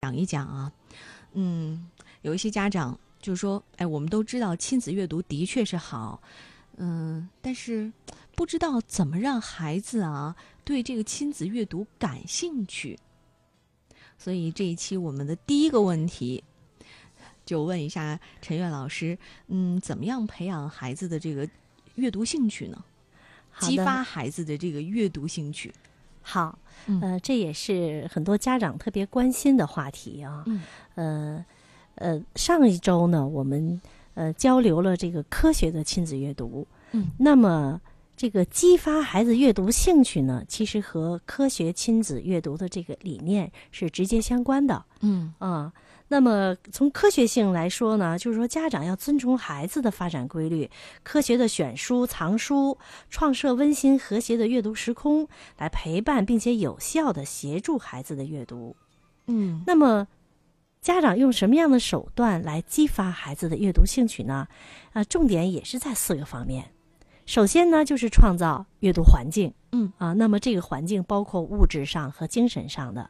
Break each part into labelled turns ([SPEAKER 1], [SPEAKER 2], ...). [SPEAKER 1] 讲一讲啊。嗯，有一些家长就说：“哎，我们都知道亲子阅读的确是好，嗯，但是不知道怎么让孩子啊对这个亲子阅读感兴趣。”所以这一期我们的第一个问题，就问一下陈月老师，嗯，怎么样培养孩子的这个阅读兴趣呢？
[SPEAKER 2] 好
[SPEAKER 1] 激
[SPEAKER 2] 的
[SPEAKER 1] 发孩子的这个阅读兴趣。
[SPEAKER 2] 好，
[SPEAKER 1] 嗯
[SPEAKER 2] 呃，这也是很多家长特别关心的话题啊。
[SPEAKER 1] 嗯
[SPEAKER 2] 呃呃，上一周呢，我们呃交流了这个科学的亲子阅读。
[SPEAKER 1] 嗯，
[SPEAKER 2] 那么这个激发孩子阅读兴趣呢，其实和科学亲子阅读的这个理念是直接相关的。
[SPEAKER 1] 嗯
[SPEAKER 2] 啊、那么从科学性来说呢，就是说家长要遵从孩子的发展规律，科学的选书、藏书，创设温馨和谐的阅读时空，来陪伴并且有效的协助孩子的阅读。
[SPEAKER 1] 嗯
[SPEAKER 2] 那么，家长用什么样的手段来激发孩子的阅读兴趣呢？啊、重点也是在四个方面。首先呢，就是创造阅读环境，
[SPEAKER 1] 嗯
[SPEAKER 2] 啊，那么这个环境包括物质上和精神上的，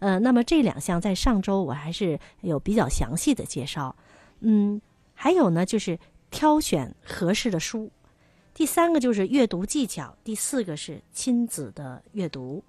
[SPEAKER 2] 呃，那么这两项在上周我还是有比较详细的介绍，嗯，还有呢就是挑选合适的书，第三个就是阅读技巧，第四个是亲子的阅读。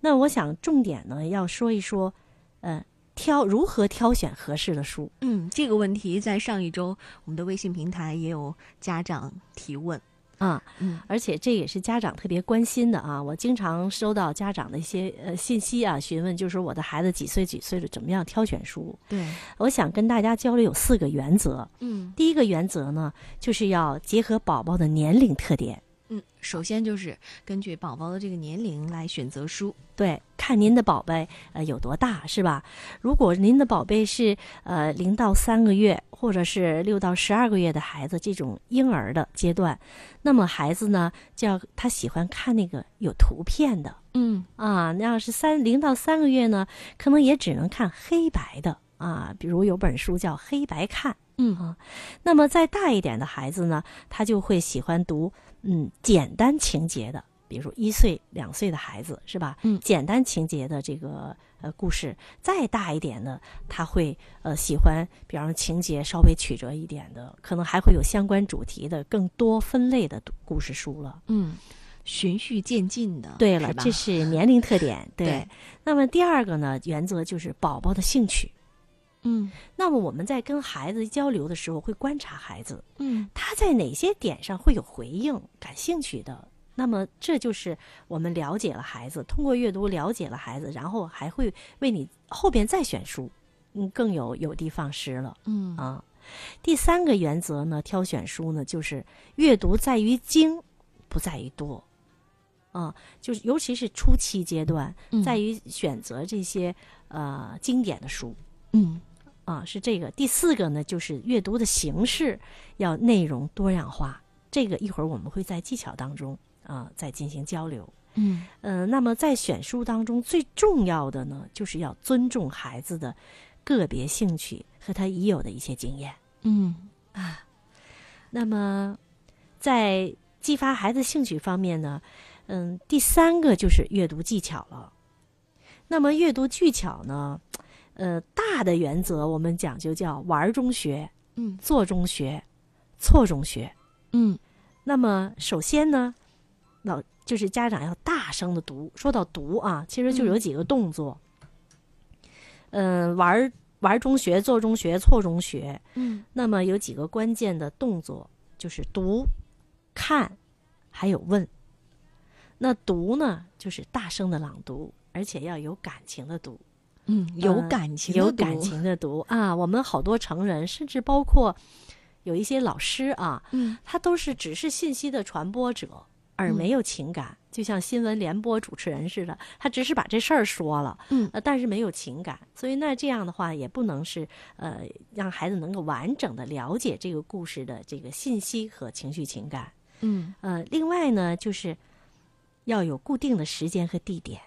[SPEAKER 2] 那我想重点呢要说一说，呃，挑如何挑选合适的书。
[SPEAKER 1] 嗯，这个问题在上一周我们的微信平台也有家长提问。
[SPEAKER 2] 啊，
[SPEAKER 1] 嗯
[SPEAKER 2] 而且这也是家长特别关心的啊。我经常收到家长的一些呃信息啊，询问就是我的孩子几岁几岁了，怎么样挑选书？
[SPEAKER 1] 对，
[SPEAKER 2] 我想跟大家交流有四个原则。
[SPEAKER 1] 嗯
[SPEAKER 2] 第一个原则呢，就是要结合宝宝的年龄特点，
[SPEAKER 1] 嗯，首先就是根据宝宝的这个年龄来选择书。
[SPEAKER 2] 对，看您的宝贝呃有多大是吧？如果您的宝贝是呃零到三个月，或者是六到十二个月的孩子这种婴儿的阶段，那么孩子呢就要他喜欢看那个有图片的
[SPEAKER 1] 嗯
[SPEAKER 2] 啊。那要是三零到三个月呢，可能也只能看黑白的啊，比如有本书叫《黑白看》。啊
[SPEAKER 1] 嗯
[SPEAKER 2] 那么再大一点的孩子呢，他就会喜欢读嗯简单情节的，比如一岁、两岁的孩子是吧？
[SPEAKER 1] 嗯
[SPEAKER 2] 简单情节的这个呃故事。再大一点呢，他会呃喜欢，比方说情节稍微曲折一点的，可能还会有相关主题的更多分类的故事书了。
[SPEAKER 1] 嗯，循序渐进的。
[SPEAKER 2] 对了，
[SPEAKER 1] 是吧
[SPEAKER 2] 这是年龄特点。对
[SPEAKER 1] 对
[SPEAKER 2] 那么第二个呢，原则就是宝宝的兴趣。
[SPEAKER 1] 嗯
[SPEAKER 2] 那么我们在跟孩子交流的时候，会观察孩子，
[SPEAKER 1] 嗯
[SPEAKER 2] 他在哪些点上会有回应、感兴趣的。那么，这就是我们了解了孩子，通过阅读了解了孩子，然后还会为你后边再选书，嗯，更有有的放矢了
[SPEAKER 1] 嗯
[SPEAKER 2] 啊。第三个原则呢，挑选书呢，就是阅读在于精，不在于多，啊，就是尤其是初期阶段，
[SPEAKER 1] 嗯
[SPEAKER 2] 在于选择这些呃经典的书，
[SPEAKER 1] 嗯
[SPEAKER 2] 啊，是这个。第四个呢，就是阅读的形式要内容多样化，这个一会儿我们会在技巧当中啊再进行交流。
[SPEAKER 1] 嗯
[SPEAKER 2] 嗯、那么在选书当中最重要的呢，就是要尊重孩子的个别兴趣和他已有的一些经验。
[SPEAKER 1] 嗯
[SPEAKER 2] 那么在激发孩子兴趣方面呢，嗯，第三个就是阅读技巧了。那么阅读技巧呢，呃，大的原则我们讲究叫玩儿中学。
[SPEAKER 1] 嗯
[SPEAKER 2] 做中学、错中学。
[SPEAKER 1] 嗯
[SPEAKER 2] 那么首先呢，老就是家长要大声的读。说到读啊，其实就有几个动作。嗯，玩儿玩儿中学、做中学、错中学。
[SPEAKER 1] 嗯
[SPEAKER 2] 那么有几个关键的动作，就是读、看，还有问。那读呢，就是大声的朗读，而且要有感情的读。
[SPEAKER 1] 嗯，有
[SPEAKER 2] 呃
[SPEAKER 1] 感情，
[SPEAKER 2] 有感。情的读啊。我们好多成人，甚至包括有一些老师啊，
[SPEAKER 1] 嗯
[SPEAKER 2] 他都是只是信息的传播者，而
[SPEAKER 1] 嗯
[SPEAKER 2] 没有情感，就像新闻联播主持人似的，他只是把这事儿说了，
[SPEAKER 1] 嗯
[SPEAKER 2] 呃，但是没有情感。所以那这样的话，也不能是呃让孩子能够完整的了解这个故事的这个信息和情绪情感。
[SPEAKER 1] 嗯，
[SPEAKER 2] 呃，另外呢，就是要有固定的时间和地点。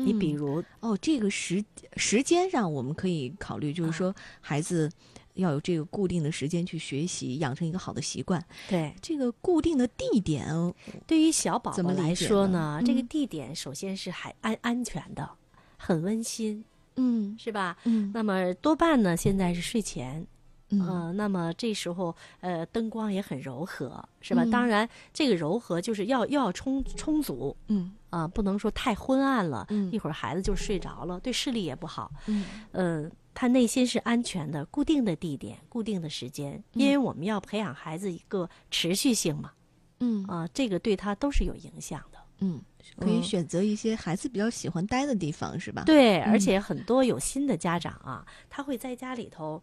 [SPEAKER 2] 你比
[SPEAKER 1] 嗯
[SPEAKER 2] 如
[SPEAKER 1] 哦，这个时时间上我们可以考虑，就是
[SPEAKER 2] 啊
[SPEAKER 1] 说孩子要有这个固定的时间去学习，养成一个好的习惯。
[SPEAKER 2] 对，
[SPEAKER 1] 这个固定的地点，哦
[SPEAKER 2] 对于小宝
[SPEAKER 1] 怎
[SPEAKER 2] 宝
[SPEAKER 1] 么理
[SPEAKER 2] 来
[SPEAKER 1] 解嗯
[SPEAKER 2] 说
[SPEAKER 1] 呢
[SPEAKER 2] 呢，这个
[SPEAKER 1] 嗯
[SPEAKER 2] 地点首先是还安安全的，很温馨
[SPEAKER 1] 嗯
[SPEAKER 2] 是吧？
[SPEAKER 1] 嗯
[SPEAKER 2] 那么多半呢，现在是睡前，
[SPEAKER 1] 嗯
[SPEAKER 2] 呃，那么这时候呃，灯光也很柔和，是吧？
[SPEAKER 1] 嗯
[SPEAKER 2] 当然，这个柔和就是要又要充充足
[SPEAKER 1] 嗯
[SPEAKER 2] 啊、不能说太昏暗了，
[SPEAKER 1] 嗯
[SPEAKER 2] 一会儿孩子就睡着了，对视力也不好。
[SPEAKER 1] 嗯
[SPEAKER 2] 嗯，他内心是安全的，固定的地点、固定的时间，因为我们要培养孩子一个持续性嘛，
[SPEAKER 1] 嗯
[SPEAKER 2] 啊、这个对他都是有影响的。
[SPEAKER 1] 嗯，可以
[SPEAKER 2] 嗯
[SPEAKER 1] 选择一些孩子比较喜欢待的地方，是吧？
[SPEAKER 2] 对，
[SPEAKER 1] 嗯
[SPEAKER 2] 而且很多有心的家长啊，他会在家里头，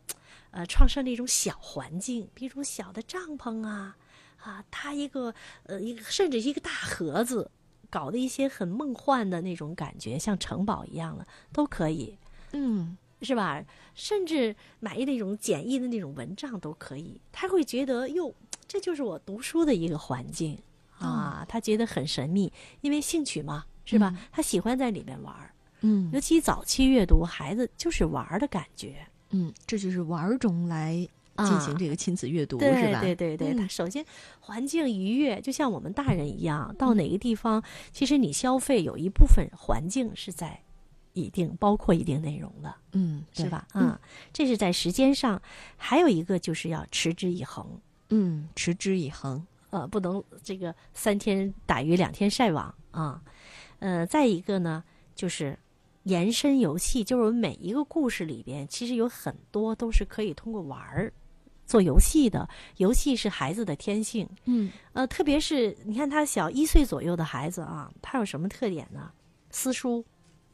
[SPEAKER 2] 呃，创设了一种小环境，比如说小的帐篷啊，啊，搭一个呃一个甚至一个大盒子，搞得一些很梦幻的那种感觉，像城堡一样的都可以，
[SPEAKER 1] 嗯
[SPEAKER 2] 是吧？甚至买一那种简易的那种蚊帐都可以，他会觉得哟，这就是我读书的一个环境啊，他觉得很神秘，因为兴趣嘛，是吧？他喜欢在里面玩儿。
[SPEAKER 1] 嗯
[SPEAKER 2] 尤其早期阅读，孩子就是玩儿的感觉，
[SPEAKER 1] 嗯，这就是玩儿中来进行这个亲子阅读，
[SPEAKER 2] 啊对
[SPEAKER 1] 是吧？
[SPEAKER 2] 对对对，
[SPEAKER 1] 嗯
[SPEAKER 2] 他首先环境愉悦，就像我们大人一样，到哪个地方，其实你消费有一部分环境是在一定包括一定内容的，
[SPEAKER 1] 嗯，
[SPEAKER 2] 是
[SPEAKER 1] 对？
[SPEAKER 2] 吧？
[SPEAKER 1] 嗯
[SPEAKER 2] 啊，这是在时间上，还有一个就是要持之以恒，
[SPEAKER 1] 嗯，持之以恒。
[SPEAKER 2] 呃，不能这个三天打鱼两天晒网啊。呃，再一个呢，就是延伸游戏，就是我们每一个故事里边，其实有很多都是可以通过玩儿做游戏的。游戏是孩子的天性，
[SPEAKER 1] 嗯
[SPEAKER 2] 呃，特别是你看他小一岁左右的孩子啊，他有什么特点呢？撕书、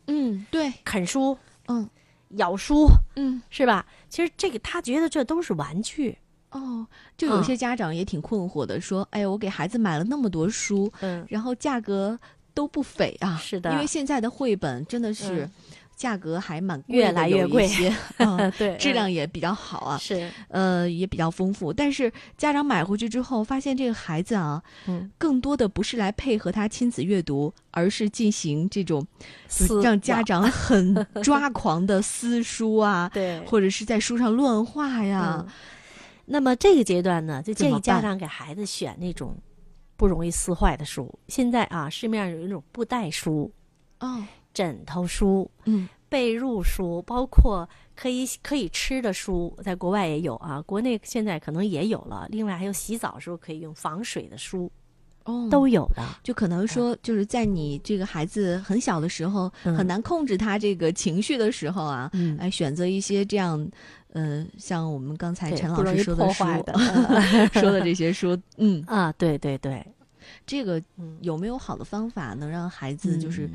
[SPEAKER 1] 嗯，对，
[SPEAKER 2] 啃书、
[SPEAKER 1] 嗯
[SPEAKER 2] 咬书，
[SPEAKER 1] 嗯
[SPEAKER 2] 是吧？其实这个他觉得这都是玩具，
[SPEAKER 1] 哦，就有
[SPEAKER 2] 嗯
[SPEAKER 1] 些家长也挺困惑的，说：“哎呀，我给孩子买了那么多书，
[SPEAKER 2] 嗯，
[SPEAKER 1] 然后价格都不菲啊。
[SPEAKER 2] 是的
[SPEAKER 1] 因为现在的绘本真的是
[SPEAKER 2] 嗯
[SPEAKER 1] 价格还蛮贵的，
[SPEAKER 2] 越来越贵
[SPEAKER 1] 有一 些嗯
[SPEAKER 2] 对，
[SPEAKER 1] 质
[SPEAKER 2] 嗯
[SPEAKER 1] 量也比较好啊，
[SPEAKER 2] 是，嗯
[SPEAKER 1] 呃，也比较丰富。但是家长买回去之后，发现这个孩子啊，
[SPEAKER 2] 嗯，
[SPEAKER 1] 更多的不是来配合他亲子阅读，而是进行这种就
[SPEAKER 2] 撕
[SPEAKER 1] 让家
[SPEAKER 2] 咬
[SPEAKER 1] 长很 抓狂的撕书啊，
[SPEAKER 2] 对
[SPEAKER 1] 或者是在书上乱画呀
[SPEAKER 2] 嗯。那么这个阶段呢，就
[SPEAKER 1] 怎
[SPEAKER 2] 建
[SPEAKER 1] 么
[SPEAKER 2] 议家
[SPEAKER 1] 办
[SPEAKER 2] 长给孩子选那种不容易撕坏的书。现在啊，市面上有一种布袋书、嗯
[SPEAKER 1] 哦，
[SPEAKER 2] 枕头书、
[SPEAKER 1] 嗯
[SPEAKER 2] 被褥书，包括可以可以吃的书，在国外也有啊，国内现在可能也有了。另外还有洗澡时候可以用防水的书，
[SPEAKER 1] 哦，
[SPEAKER 2] 都有的。
[SPEAKER 1] 就可能说，就是在你这个孩子很小的时候，
[SPEAKER 2] 嗯
[SPEAKER 1] 很难控制他这个情绪的时候啊，
[SPEAKER 2] 嗯
[SPEAKER 1] 哎，选择一些这样，呃，像我们刚才
[SPEAKER 2] 对
[SPEAKER 1] 哎陈
[SPEAKER 2] 不
[SPEAKER 1] 老
[SPEAKER 2] 容
[SPEAKER 1] 师
[SPEAKER 2] 易
[SPEAKER 1] 说的
[SPEAKER 2] 破
[SPEAKER 1] 书
[SPEAKER 2] 坏的
[SPEAKER 1] 说 的这些书，嗯，
[SPEAKER 2] 啊，对对对，
[SPEAKER 1] 这个
[SPEAKER 2] 嗯，
[SPEAKER 1] 有没有好的方法能让孩子就是，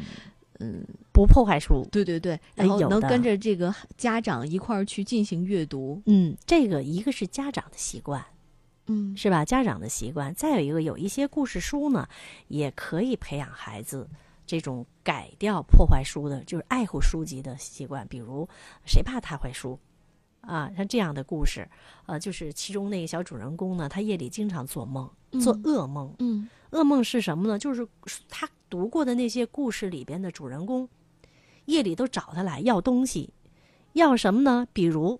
[SPEAKER 1] 嗯，
[SPEAKER 2] 不破坏书。
[SPEAKER 1] 对对对，
[SPEAKER 2] 哎
[SPEAKER 1] 然后
[SPEAKER 2] 有
[SPEAKER 1] 能
[SPEAKER 2] 的
[SPEAKER 1] 跟着这个家长一块儿去进行阅读，
[SPEAKER 2] 嗯，这个一个是家长的习惯。
[SPEAKER 1] 嗯
[SPEAKER 2] 是吧？家长的习惯。再有一个，有一些故事书呢，也可以培养孩子这种改掉破坏书的，就是爱护书籍的习惯。比如，谁怕踏坏书？啊，像这样的故事，呃，就是其中那个小主人公呢，他夜里经常做梦，做
[SPEAKER 1] 嗯
[SPEAKER 2] 噩梦。
[SPEAKER 1] 嗯
[SPEAKER 2] 噩梦是什么呢？就是他读过的那些故事里边的主人公，夜里都找他来要东西，要什么呢？比如，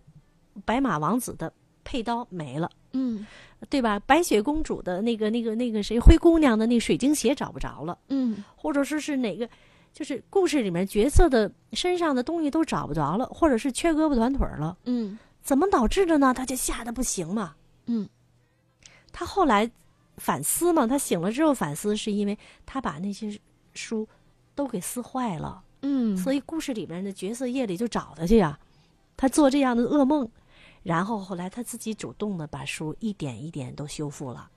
[SPEAKER 2] 白马王子的佩刀没了。
[SPEAKER 1] 嗯
[SPEAKER 2] 对吧？白雪公主的那个、那个、那个谁，灰姑娘的那水晶鞋找不着了，
[SPEAKER 1] 嗯
[SPEAKER 2] 或者说是哪个，就是故事里面角色的身上的东西都找不着了，或者是缺胳膊短腿儿了，
[SPEAKER 1] 嗯
[SPEAKER 2] 怎么导致的呢？他就吓得不行嘛。
[SPEAKER 1] 嗯，
[SPEAKER 2] 他后来反思嘛，他醒了之后反思，是因为他把那些书都给撕坏了。
[SPEAKER 1] 嗯，
[SPEAKER 2] 所
[SPEAKER 1] 以
[SPEAKER 2] 以故事里面的角色夜里就找他去呀、他做这样的噩梦，然后后来他自己主动的把书一点一点都修复了，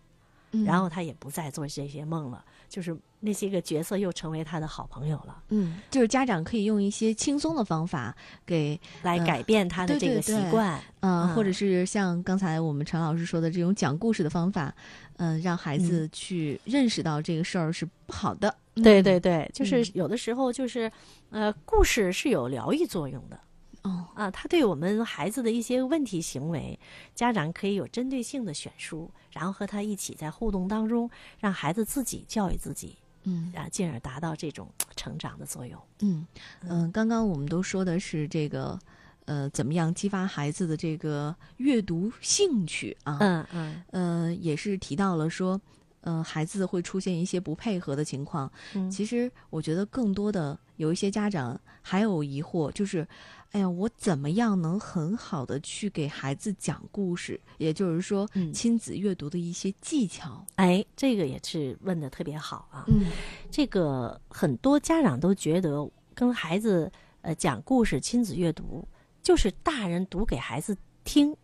[SPEAKER 1] 嗯
[SPEAKER 2] 然后他也不再做这些梦了，就是那些个角色又成为他的好朋友了，
[SPEAKER 1] 嗯，就是家长可以用一些轻松的方法给
[SPEAKER 2] 来
[SPEAKER 1] 嗯
[SPEAKER 2] 改变他的
[SPEAKER 1] 对
[SPEAKER 2] 这
[SPEAKER 1] 对
[SPEAKER 2] 个习
[SPEAKER 1] 对
[SPEAKER 2] 惯。
[SPEAKER 1] 呃，或者
[SPEAKER 2] 嗯
[SPEAKER 1] 是像刚才我们陈老师说的这种讲故事的方法，嗯、让孩子去认识到这个事儿是不好的。
[SPEAKER 2] 对对对，
[SPEAKER 1] 嗯
[SPEAKER 2] 就是有的时候就是，呃，故事是有疗愈作用的。
[SPEAKER 1] 嗯，哦，
[SPEAKER 2] 啊，他对我们孩子的一些问题行为，家长可以有针对性的选书，然后和他一起在互动当中，让孩子自己教育自己，
[SPEAKER 1] 嗯
[SPEAKER 2] 啊，进而达到这种成长的作用。
[SPEAKER 1] 嗯嗯、刚刚我们都说的是这个，呃，怎么样激发孩子的这个阅读兴趣啊？
[SPEAKER 2] 嗯嗯
[SPEAKER 1] 呃，也是提到了说，呃，孩子会出现一些不配合的情况。
[SPEAKER 2] 嗯，
[SPEAKER 1] 其实我觉得更多的有一些家长还有疑惑，就是，哎呀，我怎么样能很好的去给孩子讲故事？也就是说，
[SPEAKER 2] 嗯
[SPEAKER 1] 亲子阅读的一些技巧。
[SPEAKER 2] 哎，这个也是问的特别好啊。
[SPEAKER 1] 嗯
[SPEAKER 2] 这个很多家长都觉得跟孩子呃讲故事、亲子阅读，就是大人读给孩子听，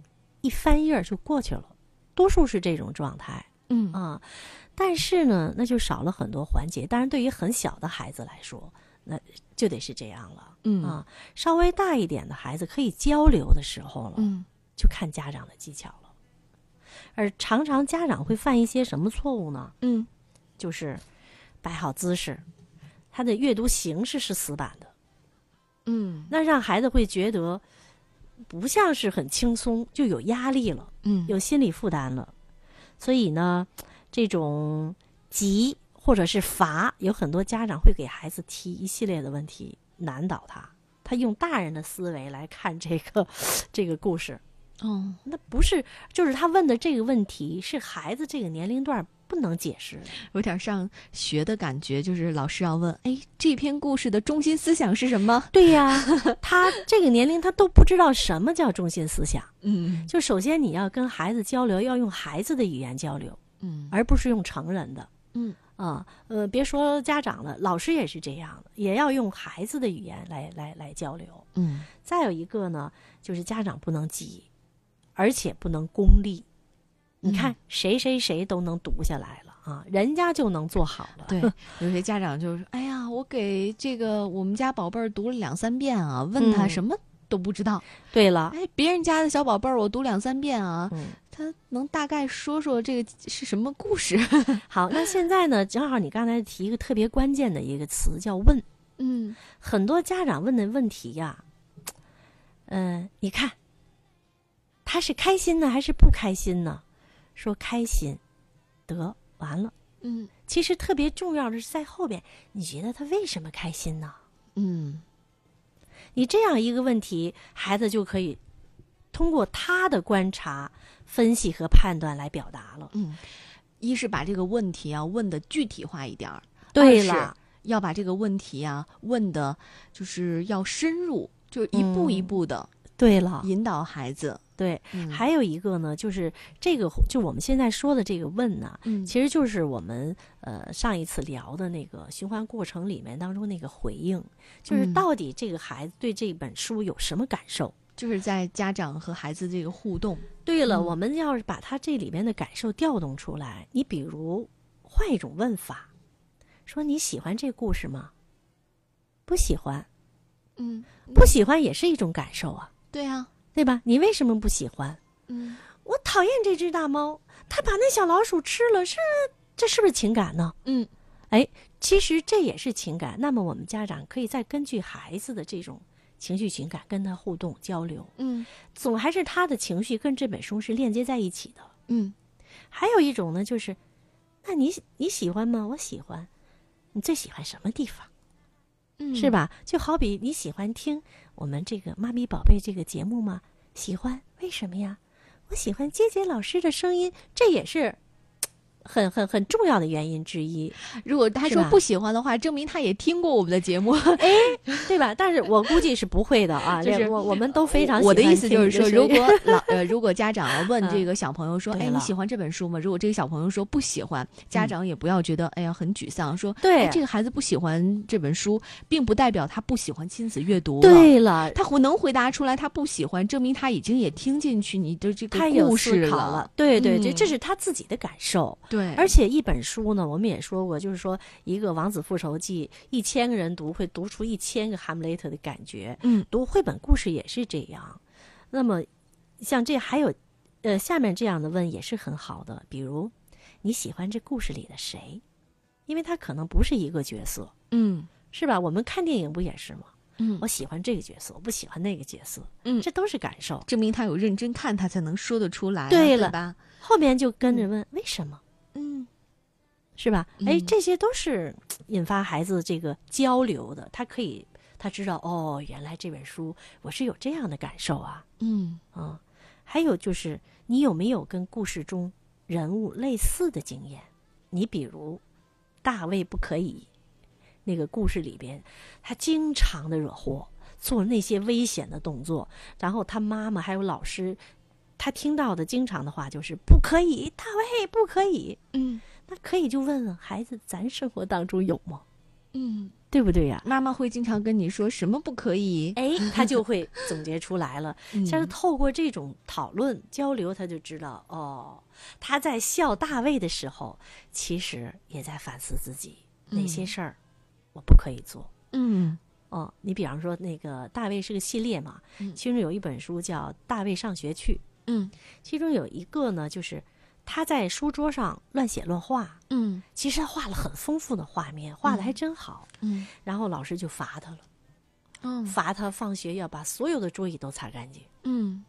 [SPEAKER 2] 一翻页儿就过去了，多数是这种状态
[SPEAKER 1] 嗯
[SPEAKER 2] 啊。但是呢，那就少了很多环节。当然，对于很小的孩子来说，那就得是这样了
[SPEAKER 1] 嗯
[SPEAKER 2] 啊。稍微大一点的孩子可以交流的时候了，
[SPEAKER 1] 嗯
[SPEAKER 2] 就看家长的技巧了。而常常家长会犯一些什么错误呢？
[SPEAKER 1] 嗯
[SPEAKER 2] 就是摆好姿势，他的阅读形式是死板的，
[SPEAKER 1] 嗯
[SPEAKER 2] 那让孩子会觉得不像是很轻松，就有压力了，
[SPEAKER 1] 嗯
[SPEAKER 2] 有心理负担了。所以呢，这种急或者是罚，有很多家长会给孩子提一系列的问题，难倒他。他用大人的思维来看这个 这个故事，
[SPEAKER 1] 哦
[SPEAKER 2] 那不是就是他问的这个问题是孩子这个年龄段不能解释的。
[SPEAKER 1] 有点上学的感觉，就是老师要问，哎，这篇故事的中心思想是什么？
[SPEAKER 2] 对 呀，他这个年龄他都不知道什么叫中心思想。
[SPEAKER 1] 嗯
[SPEAKER 2] 就首先你要跟孩子交流，要用孩子的语言交流，
[SPEAKER 1] 嗯
[SPEAKER 2] 而不是用成人的。
[SPEAKER 1] 嗯
[SPEAKER 2] 啊、呃，别说家长了，老师也是这样的，也要用孩子的语言来来来交流。
[SPEAKER 1] 嗯
[SPEAKER 2] 再有一个呢，就是家长不能急，而且不能功利。你看
[SPEAKER 1] 嗯
[SPEAKER 2] 谁谁谁都能读下来了啊，人家就能做好了。
[SPEAKER 1] 对，有些家长就是，哎呀，我给这个我们家宝贝儿读了两三遍啊，问他
[SPEAKER 2] 嗯
[SPEAKER 1] 什么都不知道。
[SPEAKER 2] 对了，
[SPEAKER 1] 哎，别人家的小宝贝儿，我读两三遍啊，
[SPEAKER 2] 嗯，
[SPEAKER 1] 他能大概说说这个是什么故事？
[SPEAKER 2] 好，那现在呢，正好你刚才提一个特别关键的一个词叫问。
[SPEAKER 1] 嗯
[SPEAKER 2] 很多家长问的问题呀、嗯、你看，他是开心呢还是不开心呢？说开心，得完了。
[SPEAKER 1] 嗯
[SPEAKER 2] 其实特别重要的是在后边，你觉得他为什么开心呢？
[SPEAKER 1] 嗯
[SPEAKER 2] 你这样一个问题，孩子就可以通过他的观察、分析和判断来表达了。
[SPEAKER 1] 嗯，一是把这个问题啊问的具体化一点儿，
[SPEAKER 2] 对
[SPEAKER 1] 是
[SPEAKER 2] 了，
[SPEAKER 1] 要把这个问题啊问的，就是要深入，就一步一
[SPEAKER 2] 嗯
[SPEAKER 1] 步的
[SPEAKER 2] 对了，
[SPEAKER 1] 引导孩子。
[SPEAKER 2] 对。
[SPEAKER 1] 嗯
[SPEAKER 2] 还有一个呢，就是这个，就我们现在说的这个问呢、
[SPEAKER 1] 嗯
[SPEAKER 2] 其实就是我们呃上一次聊的那个循环过程里面当中那个回应，就是
[SPEAKER 1] 嗯
[SPEAKER 2] 到底这个孩子对这本书有什么感受？
[SPEAKER 1] 就是在家长和孩子这个互动。
[SPEAKER 2] 对了，
[SPEAKER 1] 嗯
[SPEAKER 2] 我们要是把他这里面的感受调动出来，你比如换一种问法，说你喜欢这故事吗？不喜欢，
[SPEAKER 1] 嗯，
[SPEAKER 2] 不喜欢也是一种感受啊，
[SPEAKER 1] 对啊，
[SPEAKER 2] 对吧？你为什么不喜欢？
[SPEAKER 1] 嗯
[SPEAKER 2] 我讨厌这只大猫，它把那小老鼠吃了，是这是不是情感呢？
[SPEAKER 1] 嗯
[SPEAKER 2] 其实这也是情感。那么我们家长可以再根据孩子的这种情绪情感跟他互动交流，
[SPEAKER 1] 嗯
[SPEAKER 2] 总还是他的情绪跟这本书是链接在一起的。
[SPEAKER 1] 嗯
[SPEAKER 2] 还有一种呢，就是，那你你喜欢吗？我喜欢。你最喜欢什么地方？
[SPEAKER 1] 嗯，
[SPEAKER 2] 是？吧？就好比你喜欢听我们这个《妈咪宝贝》这个节目吗？喜欢，为什么呀？我喜欢杰杰老师的声音，这也是很很很重要的原因之 一。
[SPEAKER 1] 如果他
[SPEAKER 2] 是
[SPEAKER 1] 说
[SPEAKER 2] 吧
[SPEAKER 1] 不喜欢的话，证明他也听过我们的节目。
[SPEAKER 2] 对吧？但是我估计是不会 的啊，
[SPEAKER 1] 就是
[SPEAKER 2] 这我我们都非常
[SPEAKER 1] 我的
[SPEAKER 2] 喜欢
[SPEAKER 1] 意思就是
[SPEAKER 2] 听
[SPEAKER 1] 说，
[SPEAKER 2] 你的
[SPEAKER 1] 如
[SPEAKER 2] 声音嗯
[SPEAKER 1] 果 老呃，如果家长问这个小朋友说，
[SPEAKER 2] 对
[SPEAKER 1] 哎，你
[SPEAKER 2] 了
[SPEAKER 1] 喜欢这本书吗？如果这个小朋友说不喜欢，家
[SPEAKER 2] 嗯
[SPEAKER 1] 长也不要觉得哎呀很沮丧，说
[SPEAKER 2] 对
[SPEAKER 1] 哎这个孩子不喜欢这本书，并不代表他不喜欢亲子阅读。。
[SPEAKER 2] 对了，
[SPEAKER 1] 他回能回答出来，他不喜欢，证明他已经也听进去你的这个
[SPEAKER 2] 他有
[SPEAKER 1] 故
[SPEAKER 2] 思
[SPEAKER 1] 事
[SPEAKER 2] 考了，对对，这
[SPEAKER 1] 嗯
[SPEAKER 2] 这是他自己的感受。
[SPEAKER 1] 对，
[SPEAKER 2] 而且一本书呢，我们也说过，就是说一个《王子复仇记》，一千个人读会读出一千个哈姆雷特的感觉。
[SPEAKER 1] 嗯，
[SPEAKER 2] 读绘本故事也是这样。那么，像这还有，呃，下面这样的问也是很好的，比如你喜欢这故事里的谁？因为他可能不是一个角色，
[SPEAKER 1] 嗯
[SPEAKER 2] 是吧？我们看电影不也是吗？
[SPEAKER 1] 嗯
[SPEAKER 2] 我，喜欢这个角色，我不喜欢那个角色，
[SPEAKER 1] 嗯
[SPEAKER 2] 这都是感受。
[SPEAKER 1] 证明他有认真看，他才能说得出来啊，
[SPEAKER 2] 对
[SPEAKER 1] 对
[SPEAKER 2] 了
[SPEAKER 1] 吧？
[SPEAKER 2] 后面就跟着问、为什么，
[SPEAKER 1] 嗯
[SPEAKER 2] 是吧？哎，
[SPEAKER 1] 嗯
[SPEAKER 2] 这些都是嘖引发孩子这个交流的，他可以他知道哦，原来这本书我是有这样的感受啊，
[SPEAKER 1] 嗯
[SPEAKER 2] 嗯，还有就是你有没有跟故事中人物类似的经验？你比如大卫不可以，那个故事里边，他经常的惹祸，做那些危险的动作，然后他妈妈还有老师，他听到的经常的话就是不可以，大卫不可以。
[SPEAKER 1] 嗯
[SPEAKER 2] 那可以就问问孩子，咱生活当中有吗？
[SPEAKER 1] 嗯，
[SPEAKER 2] 对不对呀、
[SPEAKER 1] 妈妈会经常跟你说什么不可以，
[SPEAKER 2] 哎，他就会总结出来了。
[SPEAKER 1] 嗯
[SPEAKER 2] 像是透过这种讨论交流，他就知道哦，他在笑大卫的时候，其实也在反思自己哪些事儿我不可以做。
[SPEAKER 1] 嗯
[SPEAKER 2] 哦，你比方说那个大卫是个系列嘛，
[SPEAKER 1] 嗯
[SPEAKER 2] 其中有一本书叫《大卫上学去
[SPEAKER 1] 嗯》，
[SPEAKER 2] 其中有一个呢，就是他在书桌上乱写乱画，
[SPEAKER 1] 嗯
[SPEAKER 2] 其实他画了很丰富的画面，画的还真好。
[SPEAKER 1] 嗯
[SPEAKER 2] 然后老师就罚他了，
[SPEAKER 1] 嗯
[SPEAKER 2] 罚他放学要把所有的桌椅都擦干净。
[SPEAKER 1] 嗯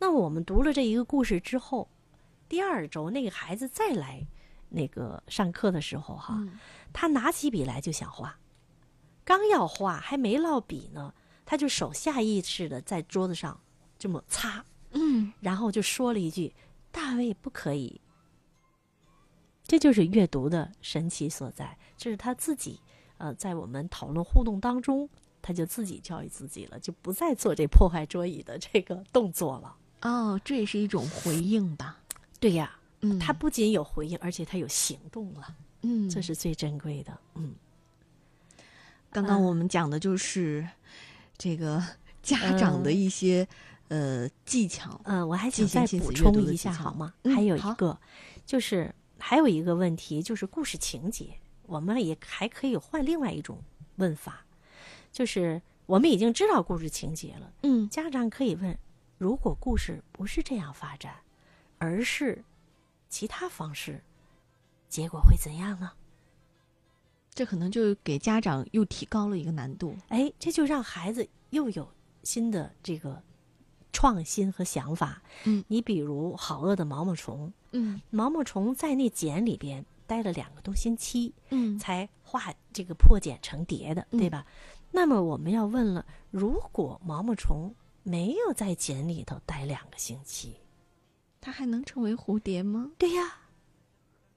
[SPEAKER 2] 那我们读了这一个故事之后，第二周那个孩子再来那个上课的时候哈，
[SPEAKER 1] 嗯
[SPEAKER 2] 他拿起笔来就想画，刚要画还没落笔呢，他就手下意识的在桌子上这么擦，
[SPEAKER 1] 嗯
[SPEAKER 2] 然后就说了一句：“大卫不可以。”这就是阅读的神奇所在，这是他自己呃，在我们讨论互动当中，他就自己教育自己了，就不再做这破坏桌椅的这个动作了。
[SPEAKER 1] 哦，这也是一种回应吧。
[SPEAKER 2] 对呀、
[SPEAKER 1] 嗯，
[SPEAKER 2] 他不仅有回应，而且他有行动了，
[SPEAKER 1] 嗯，
[SPEAKER 2] 这是最珍贵的。嗯，
[SPEAKER 1] 刚刚我们讲的就是这个家长的一些、呃技巧。
[SPEAKER 2] 呃，我还
[SPEAKER 1] 进
[SPEAKER 2] 想
[SPEAKER 1] 行
[SPEAKER 2] 再
[SPEAKER 1] 亲子
[SPEAKER 2] 补
[SPEAKER 1] 阅
[SPEAKER 2] 充
[SPEAKER 1] 读的
[SPEAKER 2] 一
[SPEAKER 1] 技
[SPEAKER 2] 下
[SPEAKER 1] 巧
[SPEAKER 2] 好吗？
[SPEAKER 1] 嗯
[SPEAKER 2] 还有
[SPEAKER 1] 好
[SPEAKER 2] 一个，就是还有一个问题，就是故事情节，我们也还可以换另外一种问法，就是我们已经知道故事情节了，
[SPEAKER 1] 嗯
[SPEAKER 2] 家长可以问：如果故事不是这样发展，而是其他方式，结果会怎样呢？
[SPEAKER 1] 这可能就给家长又提高了一个难度。
[SPEAKER 2] 哎，这就让孩子又有新的这个创新和想法。
[SPEAKER 1] 嗯，
[SPEAKER 2] 你比如好饿的毛毛虫，
[SPEAKER 1] 嗯
[SPEAKER 2] 毛毛虫在那茧里边待了两个多星期，
[SPEAKER 1] 嗯
[SPEAKER 2] 才化这个破茧成蝶的，对
[SPEAKER 1] 嗯
[SPEAKER 2] 吧？那么我们要问了，如果毛毛虫没有在茧里头待两个星期，
[SPEAKER 1] 它还能成为蝴蝶吗？
[SPEAKER 2] 对呀，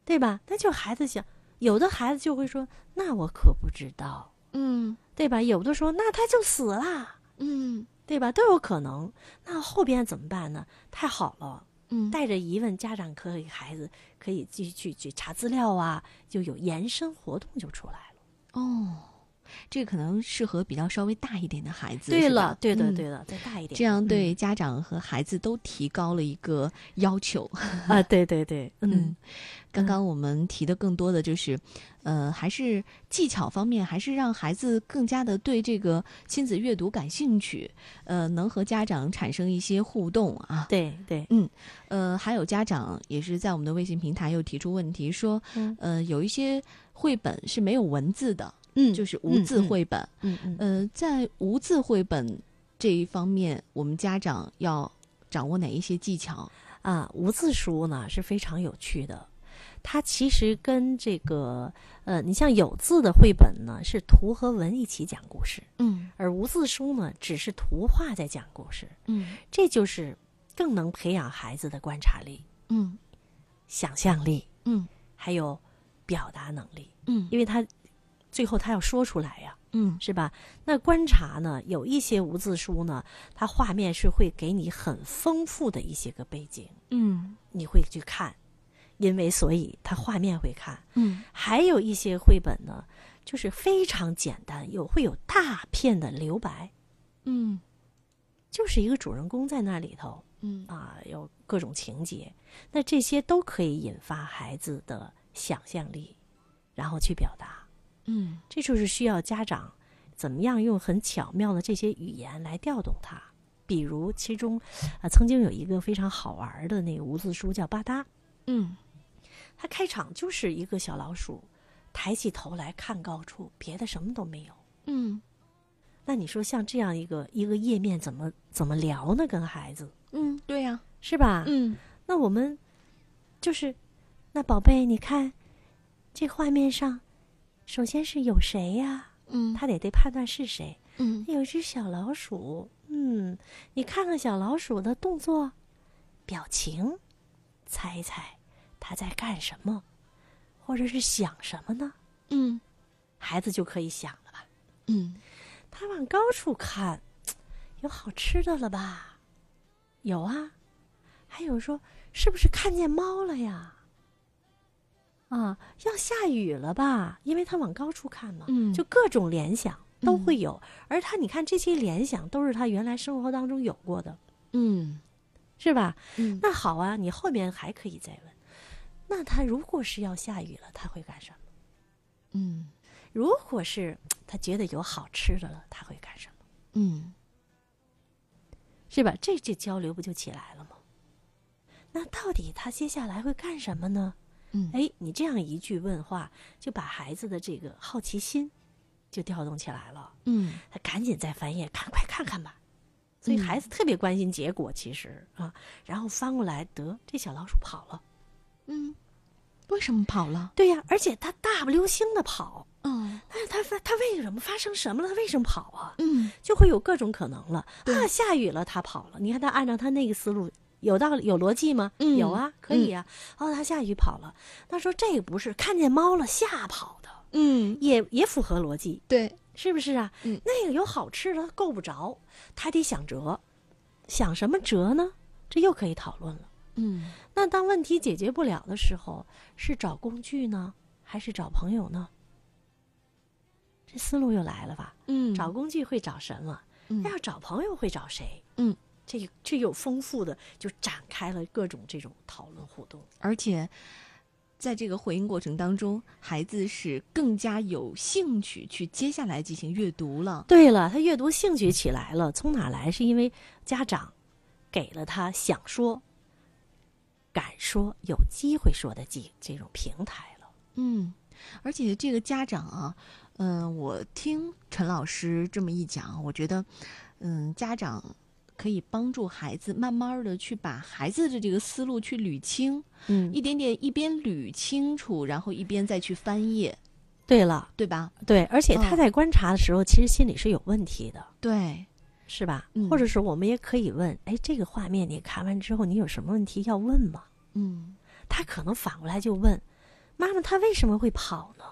[SPEAKER 2] 对吧？那就孩子想，有的孩子就会说，那我可不知道，
[SPEAKER 1] 嗯
[SPEAKER 2] 对吧？有的说，那他就死啦。
[SPEAKER 1] 嗯
[SPEAKER 2] 对吧？都有可能。那后边怎么办呢？太好了，
[SPEAKER 1] 嗯
[SPEAKER 2] 带着疑问，家长可以孩子可以继续去去查资料啊，就有延伸活动就出来了。
[SPEAKER 1] 哦，这可能适合比较稍微大一点的孩子。
[SPEAKER 2] 对
[SPEAKER 1] 是吧
[SPEAKER 2] 了，对的，
[SPEAKER 1] 嗯
[SPEAKER 2] 对的，再大一点，
[SPEAKER 1] 这样
[SPEAKER 2] 嗯
[SPEAKER 1] 对家长和孩子都提高了一个要求。
[SPEAKER 2] 啊，对对对，嗯
[SPEAKER 1] 嗯，刚刚我们提的更多的就是，呃，还是技巧方面，还是让孩子更加的对这个亲子阅读感兴趣，呃，能和家长产生一些互动啊。
[SPEAKER 2] 对对，
[SPEAKER 1] 呃，还有家长也是在我们的微信平台又提出问题说，
[SPEAKER 2] 嗯
[SPEAKER 1] 呃，有一些绘本是没有文字的，
[SPEAKER 2] 嗯
[SPEAKER 1] 就是无字，绘本。
[SPEAKER 2] 嗯嗯嗯
[SPEAKER 1] 呃，在无字绘本这一方面，我们家长要掌握哪一些技巧？
[SPEAKER 2] 啊，无字书呢是非常有趣的。它其实跟这个，呃，你像有字的绘本呢，是图和文一起讲故事，
[SPEAKER 1] 嗯
[SPEAKER 2] 而无字书呢，只是图画在讲故事。
[SPEAKER 1] 嗯
[SPEAKER 2] 这就是更能培养孩子的观察力、
[SPEAKER 1] 嗯
[SPEAKER 2] 想象力，
[SPEAKER 1] 嗯
[SPEAKER 2] 还有表达能力，
[SPEAKER 1] 嗯
[SPEAKER 2] 因为他最后他要说出来呀，
[SPEAKER 1] 嗯
[SPEAKER 2] 是吧？那观察呢，有一些无字书呢，它画面是会给你很丰富的一些个背景，
[SPEAKER 1] 嗯
[SPEAKER 2] 你会去看，因为所以它画面会看。
[SPEAKER 1] 嗯
[SPEAKER 2] 还有一些绘本呢，就是非常简单，有会有大片的留白，
[SPEAKER 1] 嗯
[SPEAKER 2] 就是一个主人公在那里头，
[SPEAKER 1] 嗯
[SPEAKER 2] 啊，有各种情节，那这些都可以引发孩子的想象力，然后去表达。
[SPEAKER 1] 嗯
[SPEAKER 2] 这就是需要家长怎么样用很巧妙的这些语言来调动他。比如，其中，啊、曾经有一个非常好玩儿的那个无字书叫《吧嗒》，
[SPEAKER 1] 嗯
[SPEAKER 2] 它开场就是一个小老鼠抬起头来看高处，别的什么都没有。
[SPEAKER 1] 嗯
[SPEAKER 2] 那你说像这样一个一个页面怎么怎么聊呢？跟孩子
[SPEAKER 1] 嗯，对呀，
[SPEAKER 2] 是吧？
[SPEAKER 1] 嗯
[SPEAKER 2] 那我们就是，那宝贝，你看这画面上，首先是有谁呀、
[SPEAKER 1] 嗯
[SPEAKER 2] 他得得判断是谁。
[SPEAKER 1] 嗯
[SPEAKER 2] 有一只小老鼠，嗯，你看看小老鼠的动作、表情，猜一猜它在干什么，或者是想什么呢？
[SPEAKER 1] 嗯
[SPEAKER 2] 孩子就可以想了吧？
[SPEAKER 1] 嗯，
[SPEAKER 2] 他往高处看，有好吃的了吧？有啊，还有说是不是看见猫了呀？啊，要下雨了吧？因为他往高处看嘛，
[SPEAKER 1] 嗯
[SPEAKER 2] 就各种联想都会有。而他，你看这些联想都是他原来生活当中有过的，
[SPEAKER 1] 嗯
[SPEAKER 2] 是吧？
[SPEAKER 1] 嗯
[SPEAKER 2] 那好啊，你后面还可以再问。那他如果是要下雨了，他会干什么？
[SPEAKER 1] 嗯
[SPEAKER 2] 如果是他觉得有好吃的了，他会干什么？
[SPEAKER 1] 嗯
[SPEAKER 2] 是吧？这这交流不就起来了吗？那到底他接下来会干什么呢？
[SPEAKER 1] 嗯
[SPEAKER 2] 哎，你这样一句问话，就把孩子的这个好奇心就调动起来了。
[SPEAKER 1] 嗯
[SPEAKER 2] 他赶紧再翻页看，快看看吧。所以
[SPEAKER 1] 嗯
[SPEAKER 2] 孩子特别关心结果，其实啊，然后翻过来，得这小老鼠跑了。
[SPEAKER 1] 嗯，为什么跑了？
[SPEAKER 2] 对呀、而且它大不溜星的跑，
[SPEAKER 1] 嗯
[SPEAKER 2] 那它它它为什么发生什么了？它为什么跑啊？
[SPEAKER 1] 嗯
[SPEAKER 2] 就会有各种可能了。
[SPEAKER 1] 对
[SPEAKER 2] 啊，下雨了，他跑了。你看他按照他那个思路，有道理，有逻辑吗？
[SPEAKER 1] 嗯
[SPEAKER 2] 有啊，可以啊。哦，他下雨跑了。他说这不是看见猫了吓跑的，
[SPEAKER 1] 嗯，
[SPEAKER 2] 也也符合逻辑，
[SPEAKER 1] 对，
[SPEAKER 2] 是不是啊？
[SPEAKER 1] 嗯
[SPEAKER 2] 那个有好吃的，他够不着，他得想辙，想什么辙呢？这又可以讨论了。
[SPEAKER 1] 嗯
[SPEAKER 2] 那当问题解决不了的时候，是找工具呢，还是找朋友呢？这思路又来了吧？
[SPEAKER 1] 嗯，
[SPEAKER 2] 找工具会找什么？
[SPEAKER 1] 嗯
[SPEAKER 2] 那要找朋友会找谁？
[SPEAKER 1] 嗯，
[SPEAKER 2] 这这又丰富的就展开了各种这种讨论互动。
[SPEAKER 1] 而且在这个回应过程当中，孩子是更加有兴趣去接下来进行阅读了。
[SPEAKER 2] 对了，他阅读兴趣起来了，从哪来？是因为家长给了他想说、敢说、有机会说的这这种平台了。
[SPEAKER 1] 嗯，而且这个家长啊，嗯、我听陈老师这么一讲，我觉得，嗯，家长可以帮助孩子慢慢的去把孩子的这个思路去捋清，
[SPEAKER 2] 嗯，
[SPEAKER 1] 一点点一边捋清楚，然后一边再去翻页，
[SPEAKER 2] 对了，
[SPEAKER 1] 对吧？
[SPEAKER 2] 对，而且他
[SPEAKER 1] 嗯
[SPEAKER 2] 在观察的时候，其实心里是有问题的。
[SPEAKER 1] 对，
[SPEAKER 2] 是吧？
[SPEAKER 1] 嗯
[SPEAKER 2] 或者是我们也可以问，哎，这个画面你看完之后，你有什么问题要问吗？
[SPEAKER 1] 嗯
[SPEAKER 2] 他可能反过来就问：“妈妈，他为什么会跑呢？”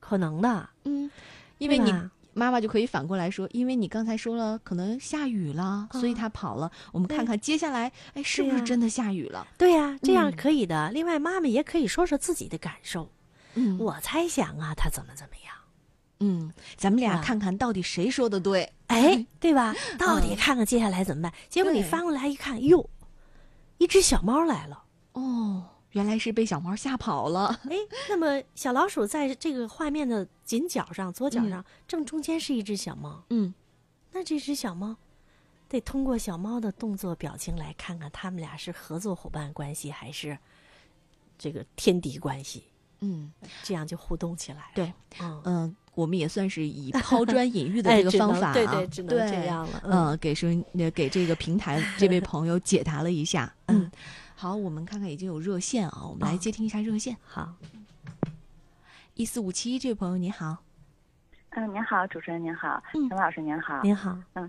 [SPEAKER 2] 可能的，
[SPEAKER 1] 嗯，因
[SPEAKER 2] 因
[SPEAKER 1] 为你妈妈就可以反过来说，因为你刚才说了，可能下雨了，所以
[SPEAKER 2] 啊
[SPEAKER 1] 他跑了。我们
[SPEAKER 2] 对
[SPEAKER 1] 看看接下来，哎，是
[SPEAKER 2] 对
[SPEAKER 1] 不是
[SPEAKER 2] 呀
[SPEAKER 1] 真的下雨了？
[SPEAKER 2] 对呀、这样
[SPEAKER 1] 嗯
[SPEAKER 2] 可以的。另外，妈妈也可以说说自己的感受。
[SPEAKER 1] 嗯，
[SPEAKER 2] 我猜想啊，他怎么怎么 样，
[SPEAKER 1] 嗯，咱们俩
[SPEAKER 2] 啊
[SPEAKER 1] 看看到底谁说的对。
[SPEAKER 2] 哎，对吧？到底
[SPEAKER 1] 嗯
[SPEAKER 2] 看看接下来怎么办？结果你
[SPEAKER 1] 对
[SPEAKER 2] 翻过来一看，哟，一只小猫来了。
[SPEAKER 1] 哦，原来是被小猫吓跑 了。
[SPEAKER 2] 哎，那么小老鼠在这个画面的紧角上，左角上、正中间是一只小猫。
[SPEAKER 1] 嗯
[SPEAKER 2] 那这只小猫，得通过小猫的动作表情来看看他们俩是合作伙伴关系还是这个天敌关系，
[SPEAKER 1] 嗯
[SPEAKER 2] 这样就互动起来了。
[SPEAKER 1] 对，
[SPEAKER 2] 嗯，
[SPEAKER 1] 嗯、我们也算是以抛砖引玉的
[SPEAKER 2] 哎
[SPEAKER 1] 这个
[SPEAKER 2] 只
[SPEAKER 1] 方
[SPEAKER 2] 能
[SPEAKER 1] 法、啊
[SPEAKER 2] 对对，只能这。样了。
[SPEAKER 1] 嗯、给收呃给这个平 台这位朋友解答了一下。嗯，好，我们看看已经有热线啊，我们来
[SPEAKER 2] 哦
[SPEAKER 1] 接听一下热线
[SPEAKER 2] 好，
[SPEAKER 1] 一四五七这位朋友你好。
[SPEAKER 3] 嗯，您好，主持人您好，
[SPEAKER 1] 嗯
[SPEAKER 3] 陈老师您好。
[SPEAKER 2] 您好，
[SPEAKER 3] 嗯，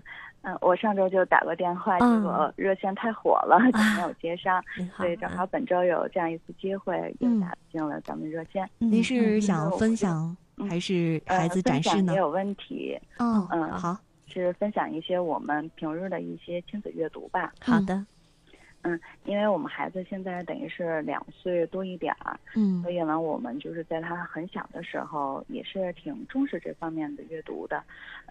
[SPEAKER 3] 我上周就打过电话，结
[SPEAKER 2] 嗯
[SPEAKER 3] 果热线太火了，就
[SPEAKER 1] 啊
[SPEAKER 3] 没有接上。
[SPEAKER 2] 您好，嗯
[SPEAKER 3] 所以正好本周有这样一次机会，又
[SPEAKER 1] 嗯
[SPEAKER 3] 打进了咱们热线。
[SPEAKER 2] 嗯
[SPEAKER 1] 您是
[SPEAKER 2] 嗯
[SPEAKER 1] 想
[SPEAKER 3] 我
[SPEAKER 1] 分
[SPEAKER 3] 就
[SPEAKER 1] 享
[SPEAKER 3] 嗯
[SPEAKER 1] 还是
[SPEAKER 3] 呃
[SPEAKER 1] 孩子展示
[SPEAKER 3] 分
[SPEAKER 1] 呢
[SPEAKER 3] 享也？有问题，
[SPEAKER 1] 哦
[SPEAKER 3] 嗯
[SPEAKER 1] 好，
[SPEAKER 3] 是分享一些我们平日的一些亲子阅读吧。
[SPEAKER 2] 好的，
[SPEAKER 3] 因为我们孩子现在等于是两岁多一点儿，
[SPEAKER 1] 嗯
[SPEAKER 3] 所以呢，我们就是在他很小的时候也是挺重视这方面的阅读的。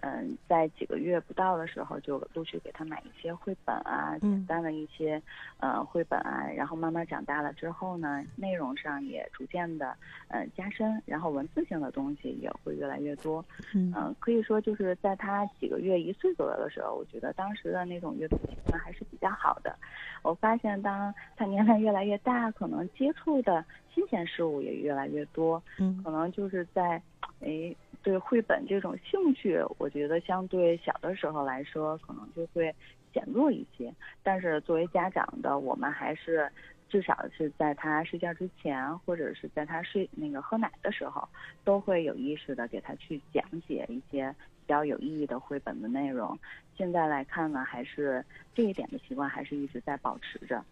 [SPEAKER 3] 嗯，在几个月不到的时候，就陆续给他买一些绘本啊，
[SPEAKER 2] 嗯
[SPEAKER 3] 简单的一些呃绘本啊。然后慢慢长大了之后呢，内容上也逐渐的呃加深，然后文字性的东西也会越来越多。
[SPEAKER 2] 嗯
[SPEAKER 3] 嗯、可以说就是在他几个月一岁左右的时候，我觉得当时的那种阅读习惯还是比较好的。我发现，当他年龄越来越大，可能接触的新鲜事物也越来越多，
[SPEAKER 2] 嗯
[SPEAKER 3] 可能就是在，哎，对绘本这种兴趣，我觉得相对小的时候来说，可能就会减弱一些。但是作为家长的，我们还是至少是在他睡觉之前，或者是在他睡那个喝奶的时候，都会有意识的给他去讲解一些比较有意义的绘本的内容。现在来看呢，还是这一点的习惯还是一直在保持着。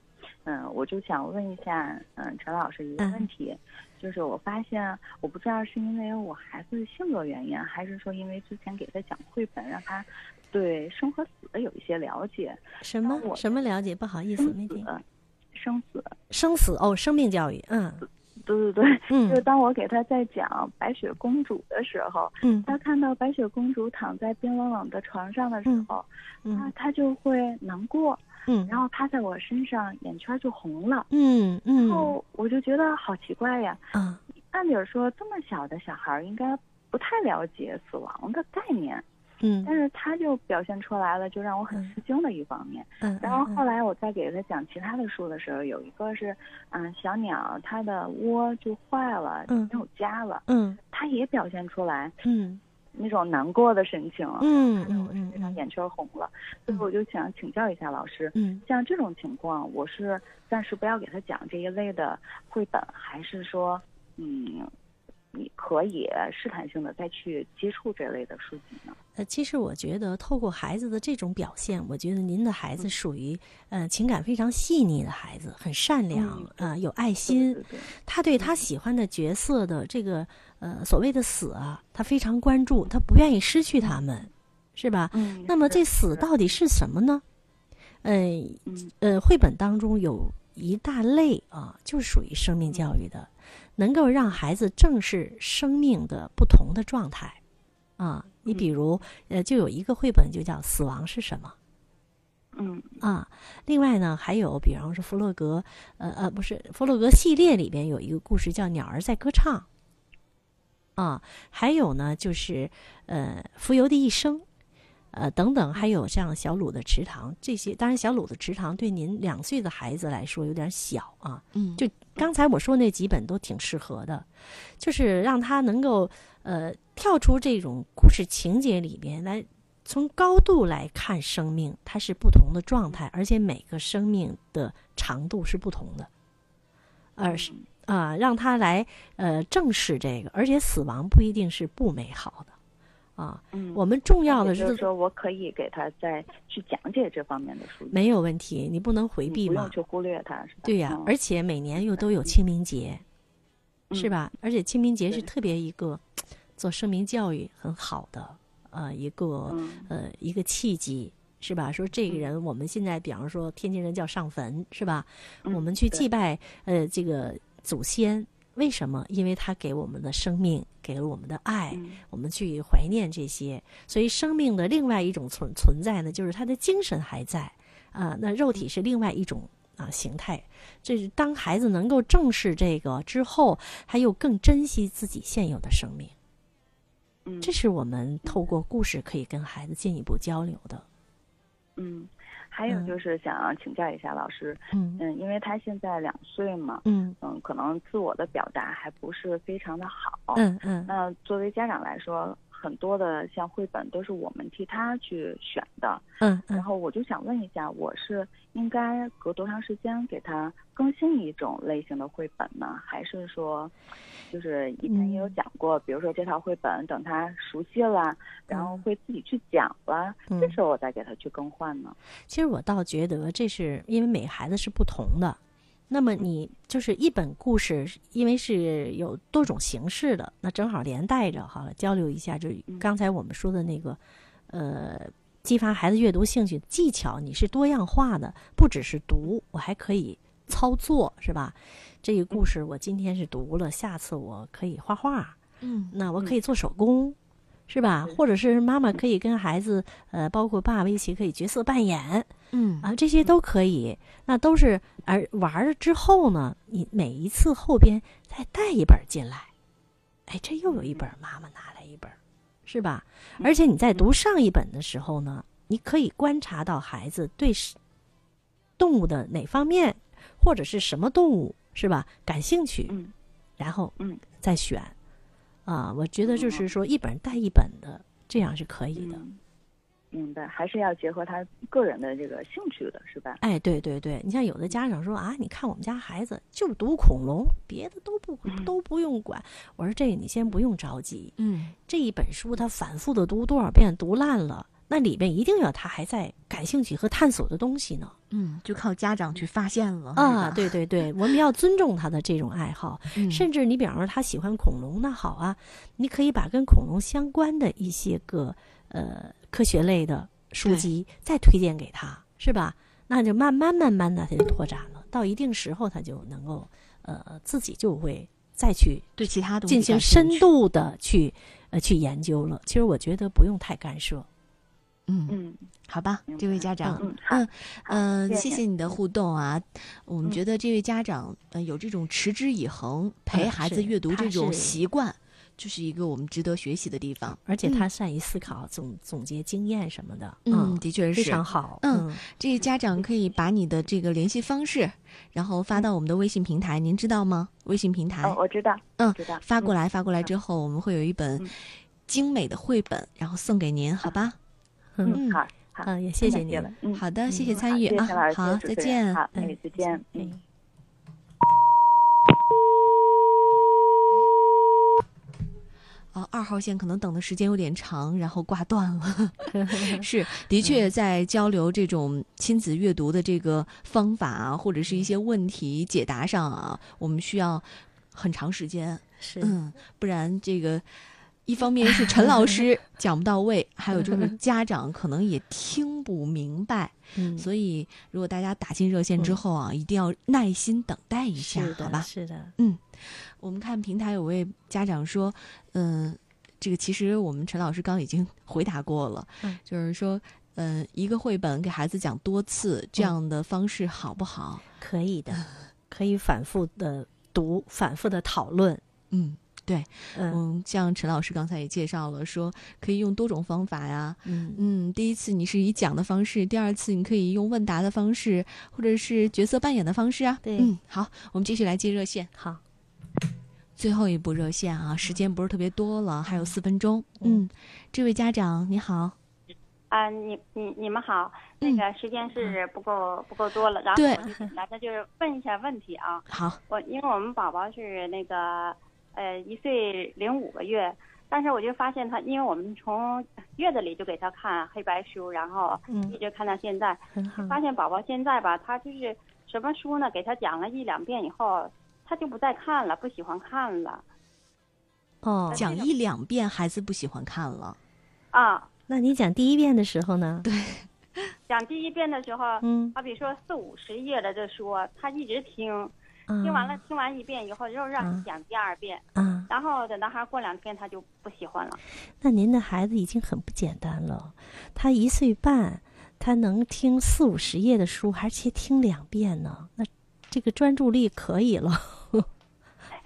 [SPEAKER 3] 嗯，我就想问一下，嗯，陈老师一个问题，就是我发现，我不知道是因为我孩子的性格原因，还是说因为之前给他讲绘本，让他对生和死的有一些了解，
[SPEAKER 2] 什么
[SPEAKER 3] 我
[SPEAKER 2] 什么了解？不好意思，没
[SPEAKER 3] 生
[SPEAKER 2] 听
[SPEAKER 3] 死。，生死，
[SPEAKER 2] 生死哦，生命教育，嗯
[SPEAKER 3] 对对 对，就是
[SPEAKER 2] 嗯
[SPEAKER 3] 当我给他在讲白雪公主的时候，
[SPEAKER 2] 嗯
[SPEAKER 3] 他看到白雪公主躺在冰冷冷的床上的时候，他
[SPEAKER 2] 嗯
[SPEAKER 3] 他就会难过，
[SPEAKER 2] 嗯
[SPEAKER 3] 然后趴在我身上，眼圈就红了。
[SPEAKER 2] 嗯嗯
[SPEAKER 3] 然后我就觉得好奇怪呀，
[SPEAKER 2] 啊
[SPEAKER 3] 按理说这么小的小孩儿应该不太了解死亡的概念，
[SPEAKER 2] 嗯
[SPEAKER 3] 但是他就表现出来了，就让我很
[SPEAKER 2] 嗯
[SPEAKER 3] 吃惊的一方面。
[SPEAKER 2] 嗯，
[SPEAKER 3] 然后后
[SPEAKER 2] 来
[SPEAKER 3] 来我再给他讲其他的书的时候，有一个是，嗯、小鸟它的窝就坏了，
[SPEAKER 2] 嗯
[SPEAKER 3] 没有家了，
[SPEAKER 2] 嗯
[SPEAKER 3] 它也表现出来
[SPEAKER 2] 嗯
[SPEAKER 3] 那种难过的神情，啊
[SPEAKER 2] 嗯
[SPEAKER 3] 看到我
[SPEAKER 2] 嗯
[SPEAKER 3] 身上
[SPEAKER 2] 嗯
[SPEAKER 3] 眼圈红了，所以我就想请教一下老师，
[SPEAKER 2] 嗯
[SPEAKER 3] 像这种情况，我是暂时不要给他讲这一类的绘本，还是说，嗯，你可以试探性的再去接触这类的书籍呢？
[SPEAKER 2] 呃，其实我觉得透过孩子的这种表现，我觉得您的孩子属于呃情感非常细腻的孩子，很善良
[SPEAKER 3] 嗯，
[SPEAKER 2] 呃有爱心
[SPEAKER 3] 对，对对，
[SPEAKER 2] 他对他喜欢的角色的这个呃所谓的死啊，他非常关注，他不愿意失去他们，是吧？
[SPEAKER 3] 嗯，
[SPEAKER 2] 那么
[SPEAKER 3] 是
[SPEAKER 2] 这死
[SPEAKER 3] 是
[SPEAKER 2] 到底是什么呢？呃
[SPEAKER 3] 嗯
[SPEAKER 2] 呃，绘本当中有一大类啊，就属于生命教育的，能够让孩子正视生命的不同的状态啊。你比如呃，就有一个绘本就叫《死亡是什么》。
[SPEAKER 3] 嗯
[SPEAKER 2] 啊，另外呢，还有比方说弗洛格，呃呃，不是弗洛格系列里边有一个故事叫《鸟儿在歌唱》，啊，还有呢就是呃浮游的一生，呃等等，还有像小鲁的池塘这些。当然，小鲁的池塘对您两岁的孩子来说有点小啊，
[SPEAKER 1] 嗯，
[SPEAKER 2] 就刚才我说那几本都挺适合的，就是让他能够呃跳出这种故事情节里边来，从高度来看生命，它是不同的状态，而且每个生命的长度是不同的，而是
[SPEAKER 3] 嗯
[SPEAKER 2] 啊、让他来呃正视这个，而且死亡不一定是不美好的啊。
[SPEAKER 3] 嗯，
[SPEAKER 2] 我们重要
[SPEAKER 3] 也
[SPEAKER 2] 的
[SPEAKER 3] 就是是说我可以给他再去讲解这方面的书籍，
[SPEAKER 2] 没有问题，你不能回
[SPEAKER 3] 你
[SPEAKER 2] 避
[SPEAKER 3] 不
[SPEAKER 2] 嘛
[SPEAKER 3] 用。去忽略它，是吧？
[SPEAKER 2] 对呀、
[SPEAKER 3] 嗯
[SPEAKER 2] 而且每年又都有清明节，是
[SPEAKER 3] 嗯
[SPEAKER 2] 吧？而且清明节是
[SPEAKER 3] 对
[SPEAKER 2] 特别一个做生命教育很好的呃一个、
[SPEAKER 3] 嗯
[SPEAKER 2] 呃一个契机，是吧？说这个
[SPEAKER 3] 嗯
[SPEAKER 2] 人，我们现在比方说天津人叫上坟，是吧？
[SPEAKER 3] 嗯
[SPEAKER 2] 我们去
[SPEAKER 3] 对
[SPEAKER 2] 祭拜呃这个祖先，为什么？因为他给我们的生命，给了我们的爱，
[SPEAKER 3] 嗯
[SPEAKER 2] 我们去怀念这些。所以生命的另外一种存存在呢，就是它的精神还在啊、那肉体是另外一种啊、形态。这是当孩子能够正视这个之后，他又更珍惜自己现有的生命。
[SPEAKER 3] 嗯
[SPEAKER 2] 这是我们透过故事可以跟孩子进一步交流的。
[SPEAKER 3] 嗯，还有
[SPEAKER 2] 嗯
[SPEAKER 3] 就是想请教一下老师，
[SPEAKER 2] 嗯
[SPEAKER 3] 嗯，因为他现在两岁嘛，
[SPEAKER 2] 嗯
[SPEAKER 3] 嗯，可能自我的表达还不是非常的好。
[SPEAKER 2] 嗯嗯
[SPEAKER 3] 那作为家长来说，很多的像绘本都是我们替他去选的。
[SPEAKER 2] 嗯
[SPEAKER 3] 然
[SPEAKER 2] 嗯
[SPEAKER 3] 后我就想问一下，我是应该隔多长时间给他更新一种类型的绘本呢？还是说，就是以前也有
[SPEAKER 2] 嗯
[SPEAKER 3] 讲过，比如说这套绘本等他熟悉了，然后会自己去讲了，这
[SPEAKER 2] 嗯。
[SPEAKER 3] 时候我再给他去更换呢？
[SPEAKER 2] 其实我倒觉得，这是因为每个孩子是不同的。那么你就是一本故事，因为是有多种形式的，那正好连带着哈交流一下，就
[SPEAKER 3] 嗯
[SPEAKER 2] 刚才我们说的那个，呃，激发孩子阅读兴趣技巧，你是多样化的，不只是读，我还可以操作，是吧？这个故事我今天是读了，下次我可以画画，
[SPEAKER 1] 嗯
[SPEAKER 2] 那我可以做手工，是吧？或者是妈妈可以跟孩子，呃，包括爸爸一起可以角色扮演
[SPEAKER 1] 嗯
[SPEAKER 2] 啊，这些都可以。那都是而玩了之后呢，你每一次后边再带一本儿进来，哎，这又有一
[SPEAKER 3] 嗯
[SPEAKER 2] 本儿，妈妈拿来一本儿，是吧？而且你在读上一本的时候呢，你可以观察到孩子对是动物的哪方面或者是什么动物是吧感兴趣，
[SPEAKER 3] 嗯
[SPEAKER 2] 然后
[SPEAKER 3] 嗯
[SPEAKER 2] 再选。啊，我觉得就是说一本带一本的，这样是可以的。
[SPEAKER 3] 嗯，明白，还是要结合他个人的这个兴趣的，是吧？
[SPEAKER 2] 哎，对对对，你像有的家长说啊，你看我们家孩子就读恐龙，别的都不
[SPEAKER 3] 嗯
[SPEAKER 2] 都不用管。我说这个你先不用着急，
[SPEAKER 1] 嗯
[SPEAKER 2] 这一本书他反复的读多少遍，读烂了，那里边一定有他还在感兴趣和探索的东西呢。
[SPEAKER 1] 嗯，就靠家长去发现了
[SPEAKER 2] 啊，，对对 对，我们要尊重他的这种爱好。
[SPEAKER 1] 是吧
[SPEAKER 2] 甚至你比方说他喜欢恐龙，那好啊，你可以把跟恐龙相关的一些个呃科学类的书籍再推荐给他，是吧？那就慢慢慢慢的他就拓展了，到一定时候他就能够呃自己就会再去
[SPEAKER 1] 对其他东西
[SPEAKER 2] 进行
[SPEAKER 1] 感兴
[SPEAKER 2] 深
[SPEAKER 1] 趣，
[SPEAKER 2] 度的去呃去研究了。其实我觉得不用太干涉。
[SPEAKER 1] 嗯，
[SPEAKER 3] 嗯
[SPEAKER 1] 好吧
[SPEAKER 3] 明，白
[SPEAKER 1] 这位家长，
[SPEAKER 3] 嗯，好，
[SPEAKER 1] 嗯，
[SPEAKER 3] 谢谢
[SPEAKER 1] 谢谢你的互动啊！我们
[SPEAKER 3] 嗯
[SPEAKER 1] 觉得这位家长呃有这种持之以恒陪
[SPEAKER 2] 嗯
[SPEAKER 1] 孩子
[SPEAKER 2] 是
[SPEAKER 1] 阅读
[SPEAKER 2] 他
[SPEAKER 1] 这种
[SPEAKER 2] 是
[SPEAKER 1] 习惯，就是一个我们值得学习的地方。
[SPEAKER 2] 而且
[SPEAKER 1] 嗯
[SPEAKER 2] 他善于思考、总总结经验什么的，啊
[SPEAKER 1] 嗯，的确
[SPEAKER 2] 非
[SPEAKER 1] 是
[SPEAKER 2] 常。好。
[SPEAKER 1] 嗯
[SPEAKER 2] 嗯，
[SPEAKER 1] 这位家长可以把你的这个联系方式，然后发到我们的微信平台，您知道吗？微信平台
[SPEAKER 3] 嗯哦，我知道，
[SPEAKER 1] 嗯
[SPEAKER 3] 知道，
[SPEAKER 1] 发过
[SPEAKER 3] 来，
[SPEAKER 1] 来，发过来之后，我们会有一本
[SPEAKER 3] 嗯
[SPEAKER 1] 精美的绘本，然后送给您，好吧？
[SPEAKER 3] 嗯，好，好，
[SPEAKER 2] 嗯，也谢谢
[SPEAKER 3] 感
[SPEAKER 2] 你。
[SPEAKER 3] 了，嗯，
[SPEAKER 1] 好的，谢
[SPEAKER 2] 嗯
[SPEAKER 1] 谢参与
[SPEAKER 3] 谢谢老
[SPEAKER 1] 啊！
[SPEAKER 3] 师
[SPEAKER 1] 好，
[SPEAKER 3] 主
[SPEAKER 1] 再
[SPEAKER 3] 持人
[SPEAKER 1] 见。
[SPEAKER 3] 好，
[SPEAKER 2] 嗯
[SPEAKER 3] 哎，再见，嗯。
[SPEAKER 2] 嗯
[SPEAKER 1] 啊，二号线可能等的时间有点长，然后挂断了。
[SPEAKER 2] 哎
[SPEAKER 1] 是，的
[SPEAKER 2] 嗯
[SPEAKER 1] 确在交流这种亲子阅读的这个方法啊，或者是
[SPEAKER 2] 嗯
[SPEAKER 1] 一些问题解答上啊，我们需要很长时间。
[SPEAKER 2] 是，
[SPEAKER 1] 嗯，不然这个。一方面是陈老 师讲不到位，还有就是家长可能也听不明白，
[SPEAKER 2] 嗯
[SPEAKER 1] 所以如果大家打进热线之
[SPEAKER 2] 嗯
[SPEAKER 1] 后啊，一定要耐心等待一下
[SPEAKER 2] 是，的，
[SPEAKER 1] 好吧？
[SPEAKER 2] 是的，
[SPEAKER 1] 我们看平台有位家长说，嗯、这个其实我们陈老师刚已经回答过了，
[SPEAKER 2] 嗯
[SPEAKER 1] 就是说，嗯、一个绘本给孩子讲多次这
[SPEAKER 2] 嗯
[SPEAKER 1] 样的方式好不好？
[SPEAKER 2] 可以
[SPEAKER 1] 嗯
[SPEAKER 2] 的，可以反复的读，反复的讨论。
[SPEAKER 1] 嗯。
[SPEAKER 2] 嗯
[SPEAKER 1] 嗯，像陈老师刚才也介绍了，说可以用多种方法呀。
[SPEAKER 2] 嗯
[SPEAKER 1] 嗯，第一次你是以讲的方式，第二次你可以用问答的方式，或者是角色扮演的方式啊。
[SPEAKER 2] 对
[SPEAKER 1] 嗯，好，我们继续来接热线，
[SPEAKER 2] 好，
[SPEAKER 1] 最后一部热线啊，时间不是特别多了，还有四分钟。
[SPEAKER 2] 嗯
[SPEAKER 1] 嗯，这位家长你好，
[SPEAKER 4] 啊，你你你们好，那
[SPEAKER 1] 嗯
[SPEAKER 4] 个时间是不够不够多了，然后
[SPEAKER 1] 对
[SPEAKER 4] 我就简单的就是问一下问题啊，
[SPEAKER 1] 好。
[SPEAKER 4] 我因为我们宝宝是那个呃一岁零五个月，但是我就发现他，因为我们从月子里就给他看黑白书，然后
[SPEAKER 2] 嗯
[SPEAKER 4] 一直看到现在，
[SPEAKER 2] 很好，
[SPEAKER 1] 嗯
[SPEAKER 4] 发现宝宝现在吧，他就是什么书呢，给他讲了一两遍以后，他就不再看了，不喜欢看了
[SPEAKER 2] 哦。
[SPEAKER 1] 讲一两遍，孩子不喜欢看了。
[SPEAKER 4] 啊。
[SPEAKER 2] 那你讲第一遍的时候呢？对，
[SPEAKER 4] 讲第一遍的时候，
[SPEAKER 2] 嗯，
[SPEAKER 4] 好比说四五十页的这书，啊他一直听。
[SPEAKER 2] 啊
[SPEAKER 4] 听完了，听完一遍以后，又让
[SPEAKER 2] 嗯
[SPEAKER 4] 你讲第二遍，
[SPEAKER 2] 啊。
[SPEAKER 4] 然后等到他过两天，他就不喜欢了。
[SPEAKER 2] 那您的孩子已经很不简单了，他一岁半，他能听四五十页的书，而且听两遍呢，那这个专注力可以 了。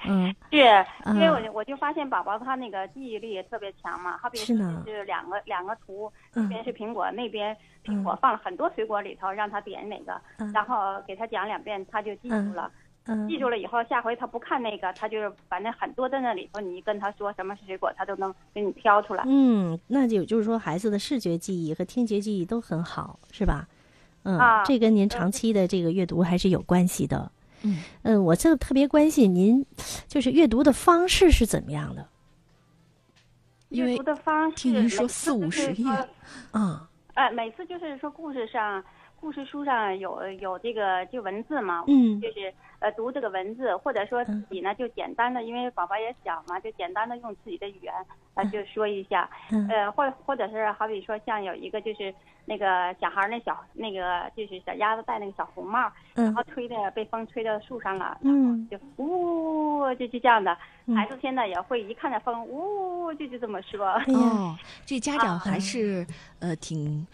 [SPEAKER 2] 嗯
[SPEAKER 4] 是，
[SPEAKER 2] 嗯
[SPEAKER 4] 因为我就我就发现宝宝他那个记忆力也特别强嘛，好比
[SPEAKER 2] 是
[SPEAKER 4] 说
[SPEAKER 2] 呢
[SPEAKER 4] 就是两个两个图，这
[SPEAKER 2] 嗯
[SPEAKER 4] 边是苹果，那边苹果
[SPEAKER 2] 嗯
[SPEAKER 4] 放了很多水果里头，让他点哪个，
[SPEAKER 2] 嗯
[SPEAKER 4] 然后给他讲两遍，他就记住了。
[SPEAKER 2] 嗯，
[SPEAKER 4] 记住了以后，下回他不看那个，他就是反正很多在那里头，你一跟他说什么是水果，他都能给你挑出来。
[SPEAKER 2] 嗯，那就就是说，孩子的视觉记忆和听觉记忆都很好，是吧？嗯，
[SPEAKER 4] 啊
[SPEAKER 2] 这跟您
[SPEAKER 4] 对
[SPEAKER 2] 长期的这个阅读还是有关系的。
[SPEAKER 1] 嗯
[SPEAKER 2] 嗯，我这特别关心您，就是阅读的方式是怎么样的
[SPEAKER 1] 因为
[SPEAKER 4] 阅读的方式，
[SPEAKER 1] 听您说
[SPEAKER 4] 每次
[SPEAKER 1] 四五
[SPEAKER 4] 就是
[SPEAKER 1] 十页
[SPEAKER 4] 说
[SPEAKER 2] 啊？
[SPEAKER 4] 哎，每次就是说故事上，故事书上有有这个就文字嘛，
[SPEAKER 2] 嗯
[SPEAKER 4] 就是呃读这个文字，或者说自己呢就简单的，因为宝宝也小嘛，就简单的用自己的语言啊、呃、就说一下，
[SPEAKER 2] 嗯
[SPEAKER 4] 呃或或者是好比说像有一个就是那个小孩儿那小那个就是小鸭子戴那个小红帽，然
[SPEAKER 2] 嗯
[SPEAKER 4] 后吹的被风吹到树上了，
[SPEAKER 2] 嗯
[SPEAKER 4] 就呜就就这样的，
[SPEAKER 2] 嗯
[SPEAKER 4] 孩子现在也会一看到风呜就就这么说，
[SPEAKER 2] 哎呀，
[SPEAKER 1] 哦，这家长还是、呃挺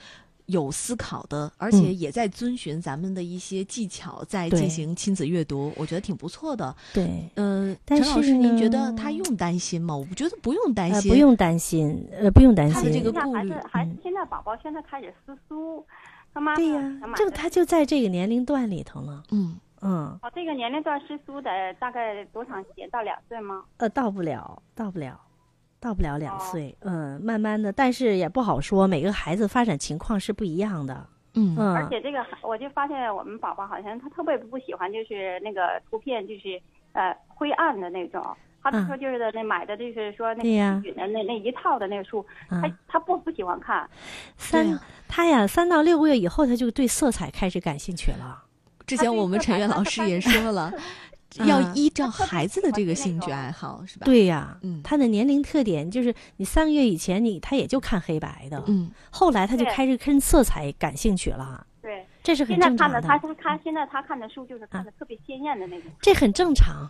[SPEAKER 1] 有思考的，而且
[SPEAKER 2] 嗯
[SPEAKER 1] 也在遵循咱们的一些技巧，在
[SPEAKER 2] 对
[SPEAKER 1] 进行亲子阅读，我觉得挺不错的。
[SPEAKER 2] 对。
[SPEAKER 1] 呃，
[SPEAKER 2] 但
[SPEAKER 1] 陈
[SPEAKER 2] 是
[SPEAKER 1] 老师，您
[SPEAKER 2] 呢
[SPEAKER 1] 觉得他用担心吗？我觉得不用担
[SPEAKER 2] 呃，
[SPEAKER 1] 心，
[SPEAKER 2] 不用担心，呃，不用担
[SPEAKER 1] 他的
[SPEAKER 2] 心。
[SPEAKER 1] 这个
[SPEAKER 4] 那
[SPEAKER 1] 顾
[SPEAKER 4] 孩
[SPEAKER 1] 虑
[SPEAKER 4] 子孩子
[SPEAKER 2] 嗯
[SPEAKER 4] 现在宝宝现在开始思苏，他妈妈
[SPEAKER 2] 对呀、
[SPEAKER 4] 想买
[SPEAKER 2] 就
[SPEAKER 4] 的
[SPEAKER 2] 他就在这个年龄段里头呢。
[SPEAKER 1] 嗯，
[SPEAKER 2] 嗯，
[SPEAKER 4] 哦，这个年龄段失苏的大概多长时间？到两岁吗？
[SPEAKER 2] 呃，到不了，到不了，到不了两
[SPEAKER 4] 哦
[SPEAKER 2] 岁。嗯，慢慢的，但是也不好说，每个孩子发展情况是不一样的。
[SPEAKER 1] 嗯
[SPEAKER 2] 嗯，
[SPEAKER 4] 而且这个我就发现我们宝宝好像他特别不喜欢，就是那个图片，就是呃灰暗的那种。好比说就是那买的就是说
[SPEAKER 2] 嗯
[SPEAKER 4] 那
[SPEAKER 2] 对呀
[SPEAKER 4] 个细菌的那那一套的那个书，
[SPEAKER 2] 啊
[SPEAKER 4] 他，他不不喜欢看，
[SPEAKER 1] 对
[SPEAKER 2] 三
[SPEAKER 1] 啊
[SPEAKER 2] 他呀，三到六个月以后，他就对色彩开始感兴趣了。
[SPEAKER 1] 之
[SPEAKER 4] 他
[SPEAKER 1] 前
[SPEAKER 4] 对
[SPEAKER 1] 我们
[SPEAKER 4] 色
[SPEAKER 1] 陈
[SPEAKER 4] 彩
[SPEAKER 1] 月
[SPEAKER 4] 他
[SPEAKER 1] 老
[SPEAKER 4] 特
[SPEAKER 1] 师
[SPEAKER 4] 别
[SPEAKER 1] 也
[SPEAKER 4] 喜
[SPEAKER 1] 说了，要
[SPEAKER 2] 嗯
[SPEAKER 1] 依照
[SPEAKER 4] 他特别
[SPEAKER 1] 孩
[SPEAKER 4] 喜
[SPEAKER 1] 子的
[SPEAKER 4] 欢
[SPEAKER 1] 这个
[SPEAKER 4] 那
[SPEAKER 1] 兴趣
[SPEAKER 4] 种
[SPEAKER 1] 爱好，是吧？，
[SPEAKER 2] 对呀、
[SPEAKER 1] 嗯
[SPEAKER 2] 他的年龄特点就是你三个月以前你他也就看黑白的，
[SPEAKER 1] 嗯，
[SPEAKER 2] 后来他就
[SPEAKER 4] 对
[SPEAKER 2] 开始跟色彩感兴趣了，
[SPEAKER 4] 对。
[SPEAKER 2] 这是很
[SPEAKER 4] 现在
[SPEAKER 2] 正
[SPEAKER 4] 看
[SPEAKER 2] 常
[SPEAKER 4] 的
[SPEAKER 2] 的。嗯
[SPEAKER 4] 他他看现在他看的书就是看的特别鲜艳的那种，
[SPEAKER 2] 这很正常。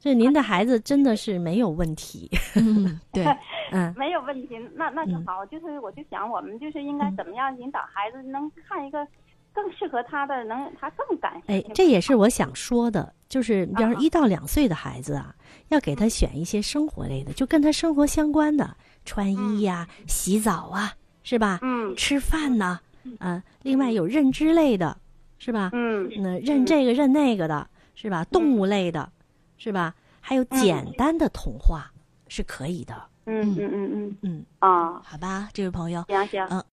[SPEAKER 2] 这您的孩子真的是没有问 题，
[SPEAKER 1] 嗯，对，
[SPEAKER 2] 嗯
[SPEAKER 4] 没有问题，那那就
[SPEAKER 2] 嗯
[SPEAKER 4] 好。就是我就想，我们就是应该
[SPEAKER 2] 嗯
[SPEAKER 4] 怎么样引导孩子能看一个更适合他的，能他更感兴
[SPEAKER 2] 哎
[SPEAKER 4] 趣。，
[SPEAKER 2] 这也是我想说的，就是比方
[SPEAKER 4] 啊
[SPEAKER 2] 说一到两岁的孩子啊，要给
[SPEAKER 4] 嗯
[SPEAKER 2] 他选一些生活类的，就跟他生活相关的，穿衣呀、洗澡啊，是吧？
[SPEAKER 4] 嗯
[SPEAKER 2] 吃饭呐、啊，另外有认知类的，是吧？
[SPEAKER 4] 嗯
[SPEAKER 2] 那认这个认那个的，是吧？动物类的，是吧？还有简单的童话是可以的，
[SPEAKER 4] 嗯嗯嗯嗯
[SPEAKER 2] 嗯。
[SPEAKER 4] 啊，
[SPEAKER 1] 好吧，这位朋友，
[SPEAKER 4] 行行，
[SPEAKER 1] 嗯，